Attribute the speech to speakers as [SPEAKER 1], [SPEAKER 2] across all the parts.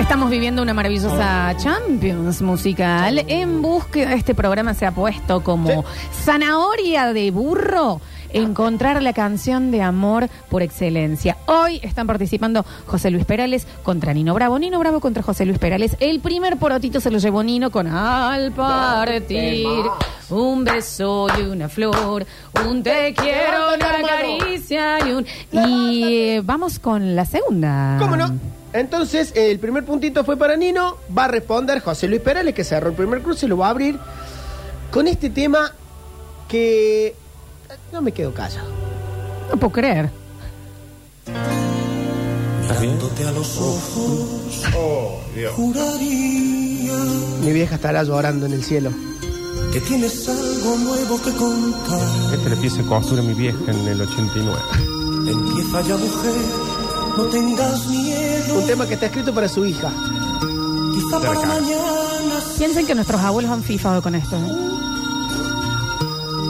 [SPEAKER 1] Estamos viviendo una maravillosa Champions musical. En búsqueda, este programa se ha puesto como zanahoria de burro. Encontrar la canción de amor por excelencia. Hoy están participando José Luis Perales contra Nino Bravo. Nino Bravo contra José Luis Perales. El primer porotito se lo llevó Nino con Al partir. Un beso y una flor. Un te quiero, una caricia y un. Y eh, vamos con la segunda.
[SPEAKER 2] ¿Cómo no? Entonces, eh, el primer puntito fue para Nino. Va a responder José Luis Perales, que cerró el primer cruce, lo va a abrir con este tema que. eh, No me quedo callado.
[SPEAKER 1] No puedo creer.
[SPEAKER 3] Mirándote a los ojos, juraría
[SPEAKER 2] Mi vieja estará llorando en el cielo.
[SPEAKER 3] que tienes algo nuevo que contar.
[SPEAKER 4] Este le pise costura a mi vieja en el 89.
[SPEAKER 3] Empieza ya, mujer, no tengas miedo.
[SPEAKER 2] Un tema que está escrito para su hija.
[SPEAKER 3] Quizá para mañana,
[SPEAKER 1] Piensen que nuestros abuelos han fifado con esto. ¿eh?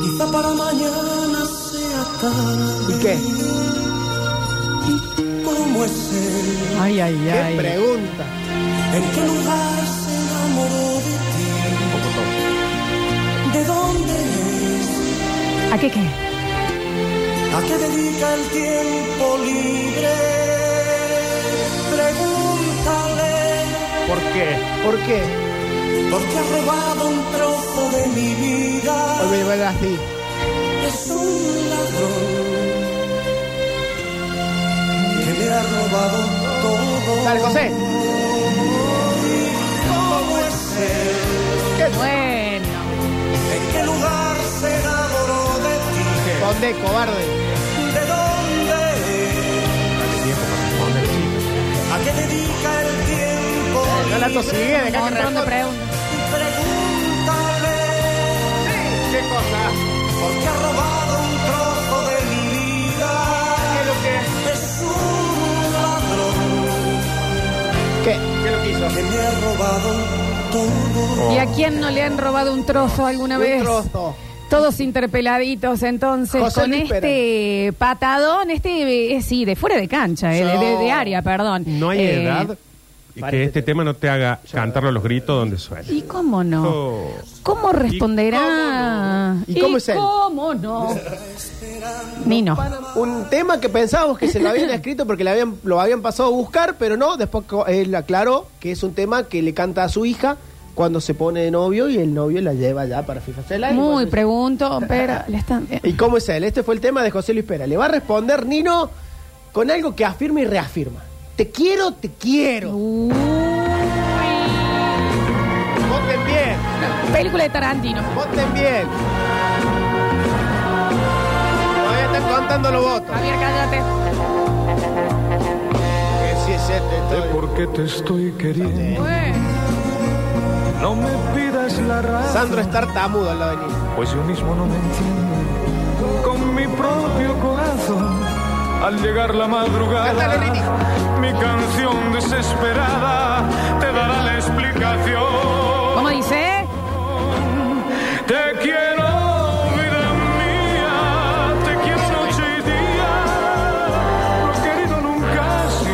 [SPEAKER 3] quizá para mañana sea tarde.
[SPEAKER 2] ¿Y qué?
[SPEAKER 3] ¿Cómo es él?
[SPEAKER 1] Ay, ay,
[SPEAKER 2] ¿Qué
[SPEAKER 1] ay.
[SPEAKER 2] pregunta?
[SPEAKER 3] ¿En qué lugar se enamoró de ti? ¿De dónde es?
[SPEAKER 1] ¿A qué qué?
[SPEAKER 3] ¿A qué dedica el tiempo libre? Pregúntale.
[SPEAKER 4] ¿Por qué?
[SPEAKER 2] ¿Por qué?
[SPEAKER 3] Porque ha robado un trozo de mi
[SPEAKER 2] Hoy
[SPEAKER 3] vida.
[SPEAKER 2] me van así.
[SPEAKER 3] Es un ladrón que me ha robado todo.
[SPEAKER 2] Dale, José.
[SPEAKER 3] ¿Cómo es él?
[SPEAKER 1] Bueno.
[SPEAKER 3] ¿En qué lugar se enamoró de ti?
[SPEAKER 2] Esconde, cobarde.
[SPEAKER 3] ¿De dónde? es? ¿A qué dedica el tiempo?
[SPEAKER 2] Relato sigue,
[SPEAKER 1] Un
[SPEAKER 2] deja que
[SPEAKER 1] montón de
[SPEAKER 2] responda.
[SPEAKER 1] preguntas.
[SPEAKER 3] Pregúntale.
[SPEAKER 2] ¿Qué cosa?
[SPEAKER 3] Porque ha robado un trozo de mi vida. Es un ladrón
[SPEAKER 2] ¿Qué? ¿Qué lo quiso?
[SPEAKER 3] que me ha robado todo.
[SPEAKER 1] ¿Y a quién no le han robado un trozo alguna
[SPEAKER 2] Un
[SPEAKER 1] vez?
[SPEAKER 2] trozo.
[SPEAKER 1] Todos interpeladitos, entonces,
[SPEAKER 2] José
[SPEAKER 1] con
[SPEAKER 2] Luis
[SPEAKER 1] este patadón, este, eh, sí, de fuera de cancha, eh, de, de- de área, perdón.
[SPEAKER 4] No hay
[SPEAKER 1] Eh,
[SPEAKER 4] edad
[SPEAKER 2] para
[SPEAKER 4] que
[SPEAKER 2] este
[SPEAKER 4] este tema no te haga cantarlo a los gritos donde suena.
[SPEAKER 1] ¿Y cómo no?
[SPEAKER 4] Oh.
[SPEAKER 1] ¿Cómo responderá?
[SPEAKER 2] ¿Y cómo es él?
[SPEAKER 1] cómo no? Nino.
[SPEAKER 2] Un tema que pensábamos que se lo habían escrito porque le habían, lo habían pasado a buscar, pero no, después co- él aclaró que es un tema que le canta a su hija cuando se pone de novio y el novio la lleva ya para FIFA Celar.
[SPEAKER 1] Muy
[SPEAKER 2] Y bueno,
[SPEAKER 1] pregunto, pero le están...
[SPEAKER 2] ¿Y cómo es él? Este fue el tema de José Luis Pera. Le va a responder Nino con algo que afirma y reafirma. Te quiero, te quiero. Voten bien,
[SPEAKER 1] Película de Tarantino.
[SPEAKER 2] voten bien. Todavía están contando los votos.
[SPEAKER 1] Javier, cállate.
[SPEAKER 2] Que sí es este,
[SPEAKER 5] Sé
[SPEAKER 2] estoy-
[SPEAKER 5] por qué te estoy queriendo. No me pidas la razón,
[SPEAKER 2] Sandro está tartamudo al lado de Nino.
[SPEAKER 5] pues yo mismo no me entiendo. Con mi propio corazón, al llegar la
[SPEAKER 2] Cántale,
[SPEAKER 5] madrugada, mi canción desesperada te dará la explicación.
[SPEAKER 1] ¿Cómo dice?
[SPEAKER 5] Te quiero, vida mía, te quiero noche y día. Lo querido nunca así.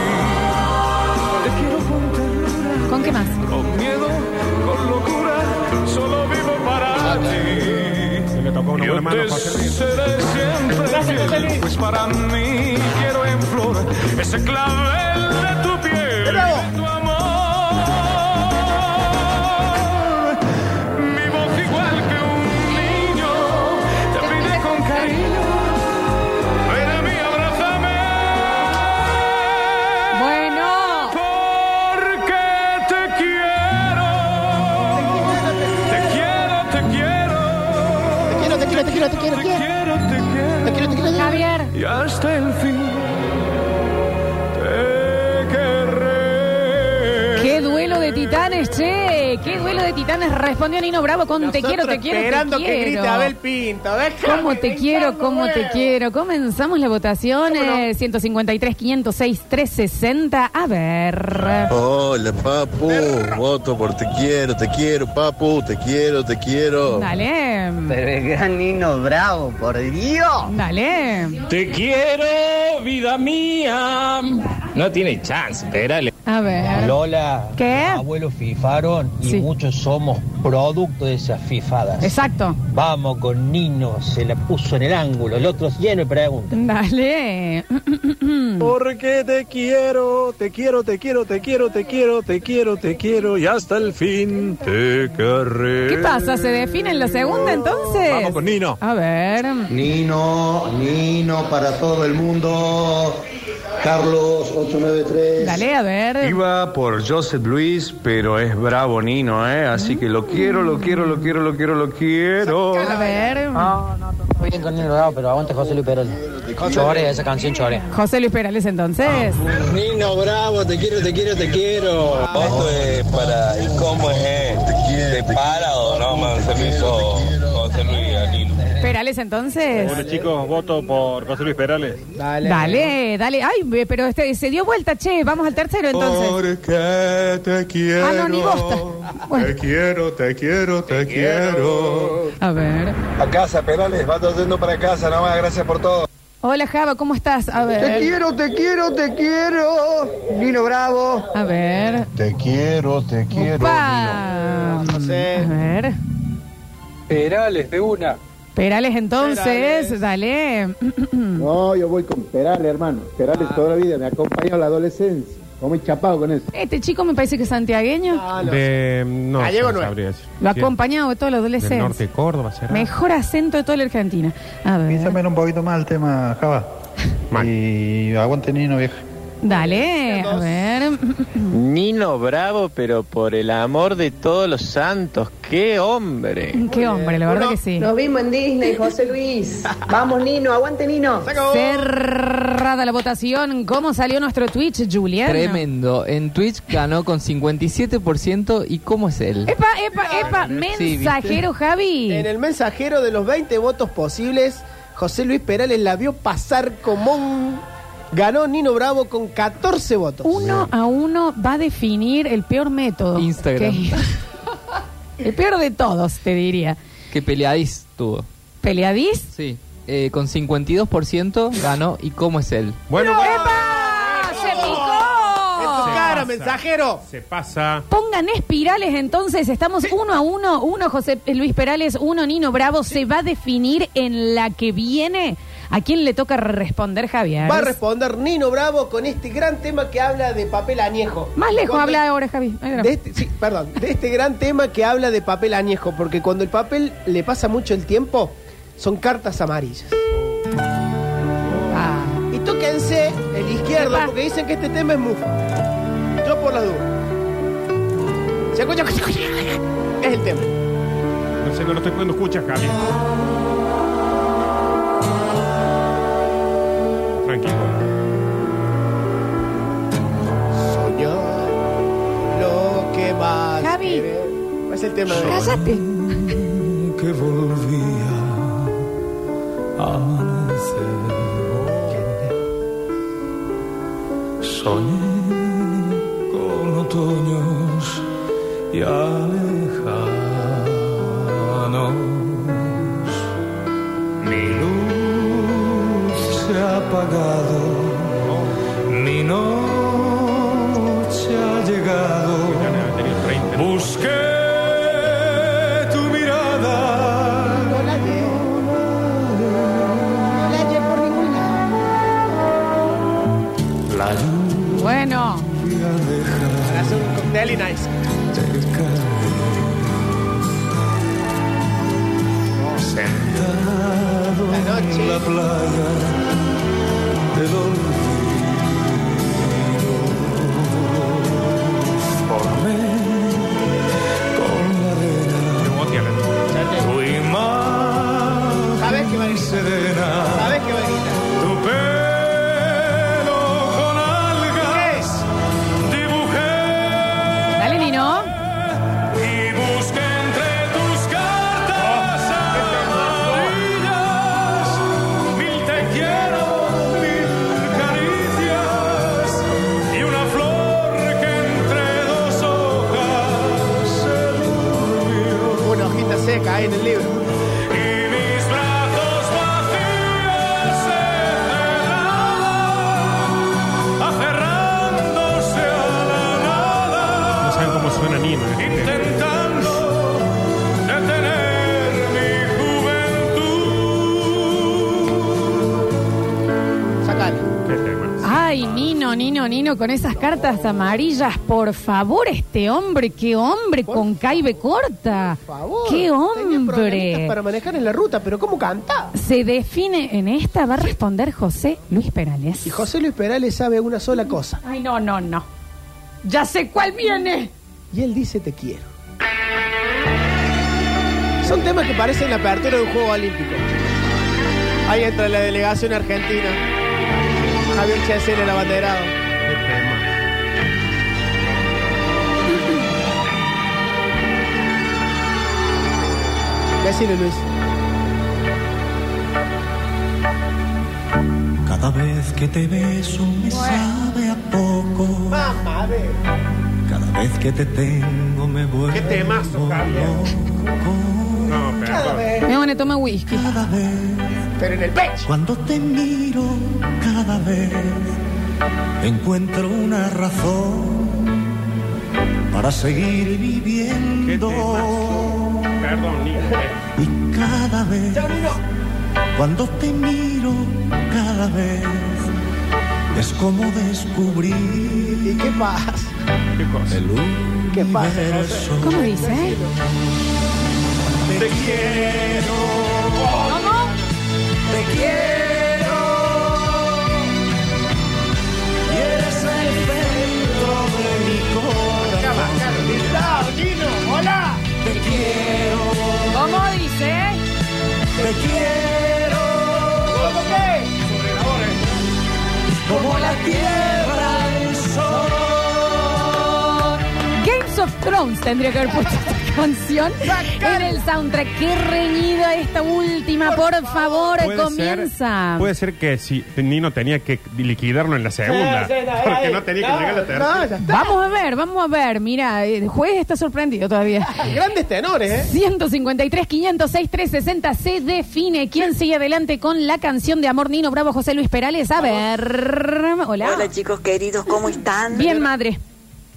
[SPEAKER 5] Te quiero con ternura.
[SPEAKER 1] ¿Con qué más?
[SPEAKER 5] Con miedo, con locura, solo vivo para ti.
[SPEAKER 4] Se le tocó una
[SPEAKER 5] Yo
[SPEAKER 4] buena mano,
[SPEAKER 5] te
[SPEAKER 4] José Luis.
[SPEAKER 5] seré siempre fiel, pues para mí quiero en flor ese clavel de tu piel,
[SPEAKER 2] ¡De nuevo!
[SPEAKER 5] de tu amor. Mi voz igual que un niño te pide con cariño, ven a mí, abrázame.
[SPEAKER 1] Bueno.
[SPEAKER 5] Porque te quiero. Te quiero, te quiero.
[SPEAKER 2] Te quiero, te quiero, te quiero, te quiero, te
[SPEAKER 5] Te quiero, te quiero.
[SPEAKER 2] quiero, te quiero. te quiero.
[SPEAKER 1] Javier.
[SPEAKER 5] Y hasta el fin. Te querré.
[SPEAKER 1] Qué duelo de titanes, che. Qué duelo de titanes. Respondió Nino Bravo con te quiero, te
[SPEAKER 2] Nosotros
[SPEAKER 1] quiero,
[SPEAKER 2] Esperando
[SPEAKER 1] te
[SPEAKER 2] que
[SPEAKER 1] quiero.
[SPEAKER 2] grite Abel Pinto. Déjame,
[SPEAKER 1] ¿Cómo te quiero? ¿Cómo te quiero? Comenzamos la votación. eh, 153, 506, 360. A ver.
[SPEAKER 6] Hola, papu. Voto por te quiero, te quiero, papu. Te quiero, te quiero.
[SPEAKER 1] Dale.
[SPEAKER 7] Pero el gran Nino Bravo, por Dios.
[SPEAKER 1] Dale.
[SPEAKER 8] Te quiero, vida mía. No tiene chance, espérale.
[SPEAKER 1] A A ver.
[SPEAKER 8] Lola,
[SPEAKER 1] ¿Qué?
[SPEAKER 8] los abuelos fifaron y
[SPEAKER 1] Sí.
[SPEAKER 8] muchos somos producto de esas fifadas.
[SPEAKER 1] Exacto.
[SPEAKER 8] Vamos con Nino, se la puso en el ángulo, el otro lleno de preguntas.
[SPEAKER 1] Dale.
[SPEAKER 9] Porque te quiero, te quiero, te quiero, te quiero, te quiero, te quiero, te quiero y hasta el fin te querré.
[SPEAKER 1] ¿Qué pasa? ¿Se define en la segunda entonces?
[SPEAKER 9] Vamos con Nino.
[SPEAKER 1] A ver.
[SPEAKER 10] Nino, Nino para todo el mundo. Carlos 893.
[SPEAKER 1] Dale, a ver.
[SPEAKER 11] Iba por Joseph Luis, pero es bravo Nino, ¿eh? Así que lo quiero, lo quiero, lo quiero, lo quiero, lo quiero.
[SPEAKER 1] A ver.
[SPEAKER 9] Ah.
[SPEAKER 8] Bien con Nino Bravo, pero aguante José Luis Perón. Chore, esa canción chore.
[SPEAKER 1] José Luis Perales entonces.
[SPEAKER 9] Ah.
[SPEAKER 8] Nino Bravo, te quiero, te quiero, te quiero.
[SPEAKER 6] Esto es para. ¿Y cómo es? Te quiero. Separado, no, man. Se me hizo José Luis Aquino.
[SPEAKER 1] Perales entonces.
[SPEAKER 4] Bueno, chicos, voto por José Luis Perales.
[SPEAKER 2] Dale.
[SPEAKER 1] Dale, dale. Ay, ve, pero este se dio vuelta, che. Vamos al tercero entonces.
[SPEAKER 11] Porque te quiero.
[SPEAKER 1] Ah, no, ni bosta. Bueno,
[SPEAKER 11] quiero, te quiero, te quiero.
[SPEAKER 1] a ver.
[SPEAKER 6] A casa, Perales. Vas yendo para casa nomás. Gracias por todo.
[SPEAKER 1] Hola, Java, ¿cómo estás? A ver.
[SPEAKER 10] quiero, te quiero, te quiero. Nino Bravo.
[SPEAKER 1] A ver.
[SPEAKER 6] Te quiero, te
[SPEAKER 1] Upa.
[SPEAKER 2] José.
[SPEAKER 1] A ver.
[SPEAKER 8] Perales de una.
[SPEAKER 1] Perales entonces, dale.
[SPEAKER 10] No, yo voy con Perales, hermano. Perales toda la vida, me acompañó la adolescencia. Como chapado con eso.
[SPEAKER 1] Este chico me parece que es santiagueño.
[SPEAKER 2] Ah, no.
[SPEAKER 4] De. No,
[SPEAKER 2] Gallego no es.
[SPEAKER 4] sabría decir.
[SPEAKER 1] Lo ha
[SPEAKER 4] Sí,
[SPEAKER 1] acompañado de toda la
[SPEAKER 4] Del norte
[SPEAKER 1] adolescencia.
[SPEAKER 4] de Córdoba, ¿será?
[SPEAKER 1] Mejor acento de toda la Argentina. A ver.
[SPEAKER 11] un poquito más el tema, Java.
[SPEAKER 4] Mal.
[SPEAKER 11] Y aguante Nino, vieja.
[SPEAKER 1] Dale, a ver.
[SPEAKER 8] Nino Bravo, pero por el amor de todos los santos, qué hombre.
[SPEAKER 1] Qué hombre, la verdad que sí.
[SPEAKER 12] Nos vimos en Disney, José Luis. Vamos, Nino, aguante, Nino.
[SPEAKER 1] Cerrada la votación. ¿Cómo salió nuestro Twitch, Julián?
[SPEAKER 8] Tremendo. En Twitch ganó con 57% y ¿cómo es él?
[SPEAKER 1] Epa, epa, epa. Mensajero, Javi.
[SPEAKER 2] En el mensajero de los 20 votos posibles, José Luis Perales la vio pasar como un... Ganó Nino Bravo con 14 votos.
[SPEAKER 1] Uno a uno va a definir el peor método.
[SPEAKER 8] Instagram.
[SPEAKER 1] Que- el peor de todos, te diría.
[SPEAKER 8] Que peleadís tuvo.
[SPEAKER 1] ¿Peleadís?
[SPEAKER 8] Sí. Eh, con 52% ganó y ¿cómo es él?
[SPEAKER 4] Bueno,
[SPEAKER 1] ¡Epa! ¡Se
[SPEAKER 2] ¡En tu
[SPEAKER 1] picó!
[SPEAKER 2] cara,
[SPEAKER 4] pasa.
[SPEAKER 2] mensajero!
[SPEAKER 4] se pasa.
[SPEAKER 1] Pongan espirales entonces, estamos uno a uno, uno José Luis Perales, uno Nino Bravo, se va a definir en la que viene. ¿A quién le toca responder, Javier?
[SPEAKER 2] Va a responder Nino Bravo con este gran tema que habla de papel añejo.
[SPEAKER 1] Más lejos
[SPEAKER 2] Cuando-
[SPEAKER 1] habla ahora, Javi. Ahí
[SPEAKER 2] De
[SPEAKER 1] grabamos.
[SPEAKER 2] este, sí, perdón, de este gran tema que habla de papel añejo, porque cuando el papel le pasa mucho el tiempo, son cartas amarillas.
[SPEAKER 1] Ah.
[SPEAKER 2] Y tóquense el izquierdo,
[SPEAKER 1] Epa.
[SPEAKER 2] porque dicen que este tema es mufa. Yo por las dudas. ¿Se escucha? Es el tema.
[SPEAKER 4] No sé, no lo estoy poniendo. Escucha, Javi. Tranquilo.
[SPEAKER 2] Soñar lo que más.
[SPEAKER 1] Javi.
[SPEAKER 2] querer. Es el tema de
[SPEAKER 1] Cállate.
[SPEAKER 5] que volvía a amanecer. Soñé con otoños y alejanos. Mi luz se ha apagado, mi noche ha llegado.
[SPEAKER 4] Ya debe tener 30.
[SPEAKER 5] Busqué tu mirada,
[SPEAKER 2] No la hallé. No la hallé por ningún lado.
[SPEAKER 5] la lluvia
[SPEAKER 1] Bueno,
[SPEAKER 5] deja
[SPEAKER 2] Para hacer un cóctel y nice.
[SPEAKER 5] cerca Sentado
[SPEAKER 2] La noche.
[SPEAKER 5] en la playa del olvido, formé con la arena,
[SPEAKER 4] Te voy a tirar.
[SPEAKER 5] fui más
[SPEAKER 2] ¿Sabes qué va a gritar?
[SPEAKER 5] serena.
[SPEAKER 2] ¿Sabes qué va a gritar?
[SPEAKER 5] Tu pelo con algas dibujé
[SPEAKER 1] dale Nino.
[SPEAKER 5] y busqué entre tus cartas amarillas mil te quiero, mil cariños.
[SPEAKER 4] este- este
[SPEAKER 1] Ay, Nino, Nino, Nino, con esas cartas amarillas, por favor, este hombre, qué hombre, con caibe corta. Por favor. Qué hombre.
[SPEAKER 2] Para manejar en la ruta, pero ¿cómo canta?
[SPEAKER 1] Se define en esta, va a responder José Luis Perales.
[SPEAKER 2] Y José Luis Perales sabe una sola cosa.
[SPEAKER 1] Ay, no, no, no. Ya sé cuál viene.
[SPEAKER 2] Y él dice te quiero. Son temas que parecen la apertura de un juego olímpico. Ahí entra la delegación argentina. Javier Chesel, el abanderado. Decile, Luis.
[SPEAKER 3] Cada vez que te beso me sabe a poco.
[SPEAKER 2] Mamá, ve.
[SPEAKER 3] Cada vez que te tengo me vuelvo.
[SPEAKER 4] Qué temazo, Javier. No,
[SPEAKER 1] Cada
[SPEAKER 4] perdón.
[SPEAKER 1] vez. Me van a tomar whisky.
[SPEAKER 2] Pero en el pecho.
[SPEAKER 3] Cuando te miro cada vez encuentro una razón para seguir
[SPEAKER 4] Qué
[SPEAKER 3] viviendo.
[SPEAKER 4] temazo. Perdón, Nico.
[SPEAKER 3] Y
[SPEAKER 4] eh.
[SPEAKER 3] cada vez cuando te miro cada vez es como descubrir
[SPEAKER 2] ¿Y qué pasa?
[SPEAKER 4] Qué cosa.
[SPEAKER 3] el
[SPEAKER 2] ¿Qué pasa?
[SPEAKER 3] universo.
[SPEAKER 1] ¿Cómo dice?
[SPEAKER 3] Te quiero.
[SPEAKER 1] ¿Cómo?
[SPEAKER 3] Te quiero. Y eres el centro de mi corazón.
[SPEAKER 2] ¡Hola!
[SPEAKER 3] Te quiero,
[SPEAKER 1] ¿Cómo dice?
[SPEAKER 3] te quiero. ¿Cómo Como la tierra al sol.
[SPEAKER 1] Games of Thrones tendría que haber puesto esta canción en el soundtrack. Qué reñida esta última, por, favor,
[SPEAKER 4] Puede ser-
[SPEAKER 1] comienza.
[SPEAKER 4] puede ser que si Nino tenía que liquidarlo en la segunda.
[SPEAKER 2] Sí, sí, no,
[SPEAKER 4] porque
[SPEAKER 2] ahí.
[SPEAKER 4] no tenía que
[SPEAKER 2] No,
[SPEAKER 4] llegar a la tercera.
[SPEAKER 2] no, ya está.
[SPEAKER 1] Vamos a ver, vamos a ver. Mira, eh, el juez está sorprendido todavía.
[SPEAKER 2] Grandes tenores, ¿eh?
[SPEAKER 1] 153, 506, 360 se define quién sigue adelante con la canción de Amor Nino Bravo José Luis Perales. A ver. Hola.
[SPEAKER 13] Hola chicos queridos, ¿cómo están?
[SPEAKER 1] Bien, madre.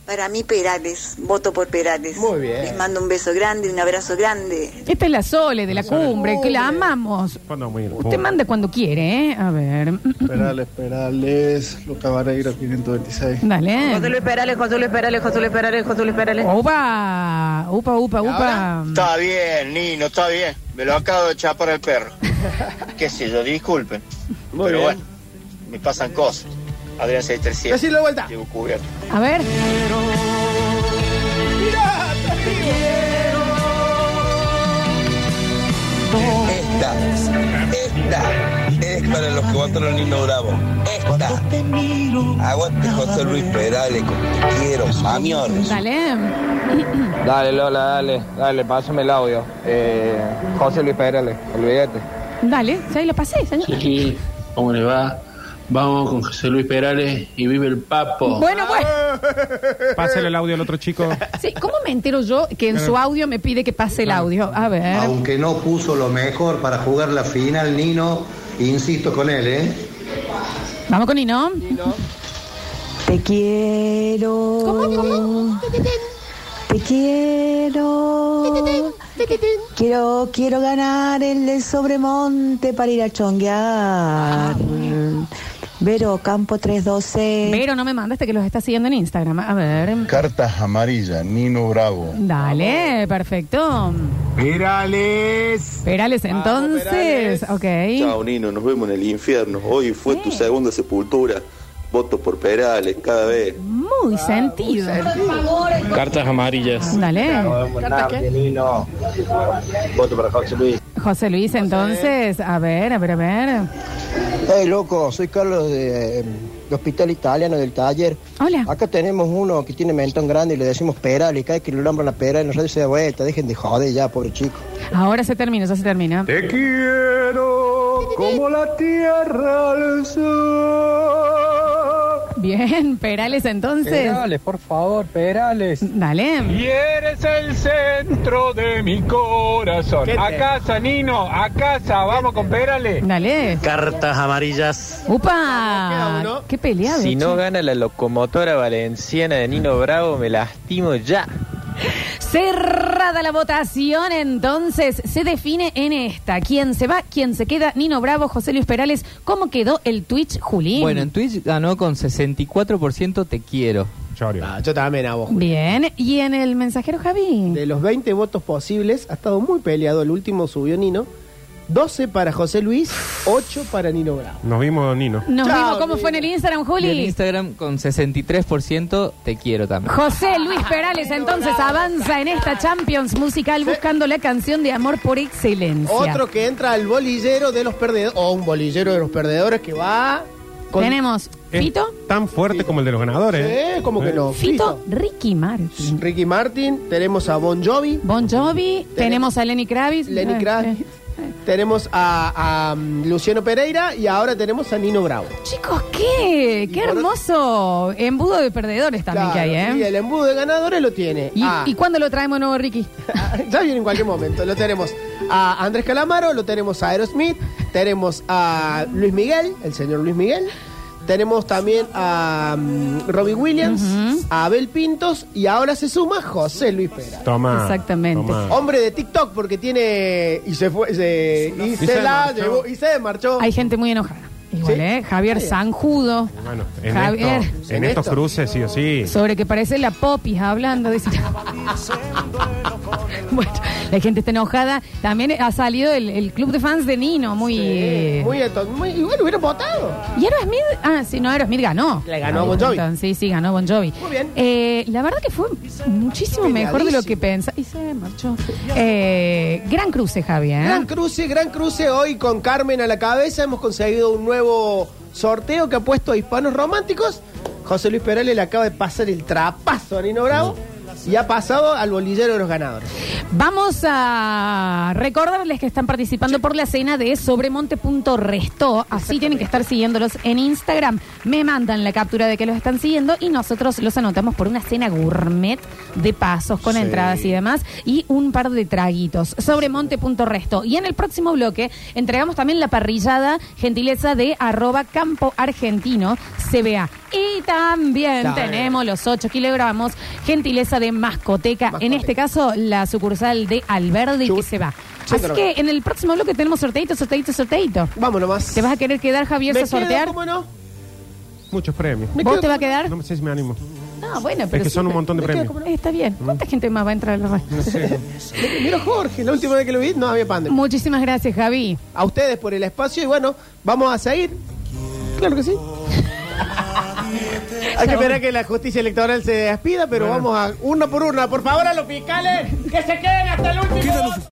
[SPEAKER 13] Para mí Perales, voto por Perales.
[SPEAKER 2] Muy bien.
[SPEAKER 13] Les mando un beso grande, un abrazo grande.
[SPEAKER 1] Esta es la Sole de la cumbre, que la amamos.
[SPEAKER 4] ¿Cuándo vamos a ir?
[SPEAKER 1] Usted manda cuando quiere, ¿eh? A ver.
[SPEAKER 10] Perales, Perales, Luca Vareiro, 526.
[SPEAKER 7] José
[SPEAKER 1] Dale.
[SPEAKER 7] Luis Perales, José Luis Perales, José Luis Perales, José Luis Perales.
[SPEAKER 1] Upa, upa, upa, upa.
[SPEAKER 6] Está bien, Nino, está bien. Me lo acabo de echar para el perro. Qué sé yo, disculpen.
[SPEAKER 2] Muy
[SPEAKER 6] pero
[SPEAKER 2] bien.
[SPEAKER 6] bueno, me pasan cosas. Adrián 637.
[SPEAKER 2] Decirle de vuelta.
[SPEAKER 6] Llevo cubierto.
[SPEAKER 1] A ver.
[SPEAKER 6] Esta, esta es para los que votaron Nino Bravo. Esta. Aguante José Luis Perales, con te quiero, amiones.
[SPEAKER 1] Dale.
[SPEAKER 8] Dale, Lola, dale, dale, pásame el audio. Eh, José Luis Pérez, olvídate.
[SPEAKER 1] Dale, ya ahí lo pasé, señor.
[SPEAKER 14] Chiqui, ¿cómo le va? Vamos con José Luis Perales y vive el papo.
[SPEAKER 1] Bueno, pues. bueno.
[SPEAKER 4] Pásale el audio al otro chico.
[SPEAKER 1] Sí, ¿cómo me entero yo que en su audio me pide que pase el audio? A ver.
[SPEAKER 15] Aunque no puso lo mejor para jugar la final, Nino, insisto con él, ¿eh?
[SPEAKER 1] Vamos con Nino.
[SPEAKER 13] Te quiero. Te quiero. Quiero, quiero ganar el de Sobremonte para ir a
[SPEAKER 1] Ah,
[SPEAKER 13] chonguear. Vero, campo 312.
[SPEAKER 1] Pero no me mandaste que los está siguiendo en Instagram. A ver.
[SPEAKER 16] Cartas amarillas, Nino Bravo.
[SPEAKER 1] Dale, perfecto.
[SPEAKER 16] Perales.
[SPEAKER 1] Perales, entonces. Ok.
[SPEAKER 17] Chao Nino, nos vemos en el infierno. Hoy fue tu segunda sepultura. Voto por Perales, cada vez.
[SPEAKER 1] Muy sentido.
[SPEAKER 14] Cartas amarillas.
[SPEAKER 1] Dale.
[SPEAKER 17] Nino. Voto para José Luis.
[SPEAKER 1] José Luis, entonces. A ver, a ver, a ver.
[SPEAKER 18] Hey, loco, soy Carlos de, eh, de Hospital Italiano del Taller.
[SPEAKER 1] Hola.
[SPEAKER 18] Acá tenemos uno que tiene mentón grande y le decimos peral y cada vez que le nombran la peral y nosotros se da vuelta. Dejen de joder ya, pobre chico.
[SPEAKER 1] Ahora se termina, ya se termina.
[SPEAKER 11] Te quiero como la tierra al sol.
[SPEAKER 1] Bien, Perales, entonces.
[SPEAKER 11] por favor, Perales.
[SPEAKER 1] Dale.
[SPEAKER 11] Y eres el centro de mi corazón.
[SPEAKER 1] ¿Qué te-
[SPEAKER 11] A casa, Nino, a casa, vamos con Perales.
[SPEAKER 1] Dale.
[SPEAKER 8] Cartas amarillas.
[SPEAKER 1] ¡Upa! ¡Qué peleado!
[SPEAKER 8] Si no
[SPEAKER 1] che.
[SPEAKER 8] gana la locomotora valenciana de Nino Bravo, me lastimo ya.
[SPEAKER 1] Cerrada la votación, entonces se define en esta. ¿Quién se va? ¿Quién se queda? Nino Bravo, José Luis Perales. ¿Cómo quedó el Twitch, Julín?
[SPEAKER 19] Bueno, en Twitch ganó con 64% te quiero.
[SPEAKER 2] Ah, yo también a vos.
[SPEAKER 1] Bien. ¿Y en el mensajero, Javi?
[SPEAKER 2] De los 20 votos posibles, ha estado muy peleado. El último subió Nino. 12 para José Luis, 8 para Nino Bravo.
[SPEAKER 4] Nos vimos, Nino.
[SPEAKER 1] Nos vimos cómo fue en el Instagram,
[SPEAKER 19] Y en
[SPEAKER 1] Juli.
[SPEAKER 19] Instagram con 63% te quiero también.
[SPEAKER 1] José Luis Perales entonces avanza en esta Champions musical buscando la canción de amor por excelencia.
[SPEAKER 2] Otro que entra al bolillero de los perdedores, o un bolillero de los perdedores que va... con- Eh.
[SPEAKER 1] Tenemos
[SPEAKER 4] Es
[SPEAKER 1] Fito,
[SPEAKER 4] Tan fuerte como el de los ganadores.
[SPEAKER 2] Sí, ¿cómo que
[SPEAKER 4] Eh.
[SPEAKER 2] no?
[SPEAKER 1] Fito, Ricky Martin.
[SPEAKER 2] Ricky Martin, tenemos a Bon Jovi,
[SPEAKER 1] Bon Jovi, tenemos a Lenny Kravitz.
[SPEAKER 2] Lenny
[SPEAKER 1] Eh,
[SPEAKER 2] Kravitz,
[SPEAKER 1] eh.
[SPEAKER 2] tenemos a, a, mm, Luciano Pereira y ahora tenemos a Nino Bravo.
[SPEAKER 1] Chicos, qué, qué hermoso embudo de perdedores también que hay,
[SPEAKER 2] Claro, Y
[SPEAKER 1] ¿eh?
[SPEAKER 2] el embudo de ganadores lo tiene.
[SPEAKER 1] ¿Y,
[SPEAKER 2] Ah,
[SPEAKER 1] y cuándo lo traemos nuevo, Ricky?
[SPEAKER 2] ya viene en cualquier momento. Lo tenemos a Andrés Calamaro, lo tenemos a Aerosmith, tenemos a Luis Miguel, el señor Luis Miguel. Tenemos también a mm, Robbie Williams, a Abel Pintos y ahora se suma José Luis Pera.
[SPEAKER 4] Toma.
[SPEAKER 1] Exactamente.
[SPEAKER 4] toma.
[SPEAKER 2] Hombre de TikTok porque tiene y se fue se- y, se,
[SPEAKER 4] se
[SPEAKER 2] la
[SPEAKER 4] marchó.
[SPEAKER 2] llevó y se marchó.
[SPEAKER 1] Hay gente muy enojada. Igual, ¿eh? Javier Sanjudo.
[SPEAKER 4] Bueno, en,
[SPEAKER 1] Javier.
[SPEAKER 4] esto- en estos cruces, sí o sí.
[SPEAKER 1] Sobre que parece la popis hablando. dice. bueno, la gente está enojada. También ha salido el, el club de fans de Nino, muy... eh,
[SPEAKER 2] Muy, eto- muy y bueno, hubieran votado.
[SPEAKER 1] ¿Y Aerosmith? Ah, sí, no, Aerosmith ganó.
[SPEAKER 2] Le ganó a Bon Jovi.
[SPEAKER 1] Entonces, Sí, sí, ganó Bon Jovi.
[SPEAKER 2] Muy bien.
[SPEAKER 1] Eh, la verdad que fue muchísimo mejor de lo que pensaba. Y se marchó. Eh, gran cruce, Javier.
[SPEAKER 2] Gran cruce, gran cruce hoy con Carmen a la cabeza. Hemos conseguido un nuevo sorteo que ha puesto a hispanos románticos. José Luis Perales le acaba de pasar el trapazo a Nino Bravo y ha pasado al bolillero de los ganadores.
[SPEAKER 1] Vamos a recordarles que están participando por la cena de sobremonte.resto. Así tienen que estar siguiéndolos en Instagram. Me mandan la captura de que los están siguiendo y nosotros los anotamos por una cena gourmet de pasos con entradas y demás y un par de traguitos. Sobremonte.resto. Y en el próximo bloque entregamos también la parrillada gentileza de arroba campo argentino CBA. Y también
[SPEAKER 13] Está bien.
[SPEAKER 1] tenemos los 8 kilogramos gentileza de mascoteca. En este caso, la sucursal de Alberdi que se va. Así
[SPEAKER 2] Chucro.
[SPEAKER 1] que en el próximo bloque tenemos sorteito, sorteito, sorteito.
[SPEAKER 2] Vamos nomás.
[SPEAKER 1] ¿Te vas a querer quedar, Javier,
[SPEAKER 2] Me
[SPEAKER 1] a sortear?
[SPEAKER 2] quedo, ¿cómo no?
[SPEAKER 4] Muchos premios.
[SPEAKER 1] Me ¿Vos quedo te va a con- quedar?
[SPEAKER 4] No sé si me animo.
[SPEAKER 1] No, bueno,
[SPEAKER 4] Es
[SPEAKER 1] pero.
[SPEAKER 4] que son un montón de
[SPEAKER 1] Me quedo
[SPEAKER 4] premios. Mm.
[SPEAKER 1] como- Está bien. ¿Cuánta gente más va a entrar a la radio?
[SPEAKER 4] No sé.
[SPEAKER 2] Mira Jorge, la última vez que lo vi no había
[SPEAKER 4] Mm.
[SPEAKER 2] pandemia.
[SPEAKER 1] Muchísimas gracias, Javi.
[SPEAKER 2] A ustedes por el espacio y bueno, vamos a seguir. Claro que sí. Hay que esperar que la justicia electoral se despida, pero vamos a una por una. Por favor, a los fiscales que se queden hasta el último. voto.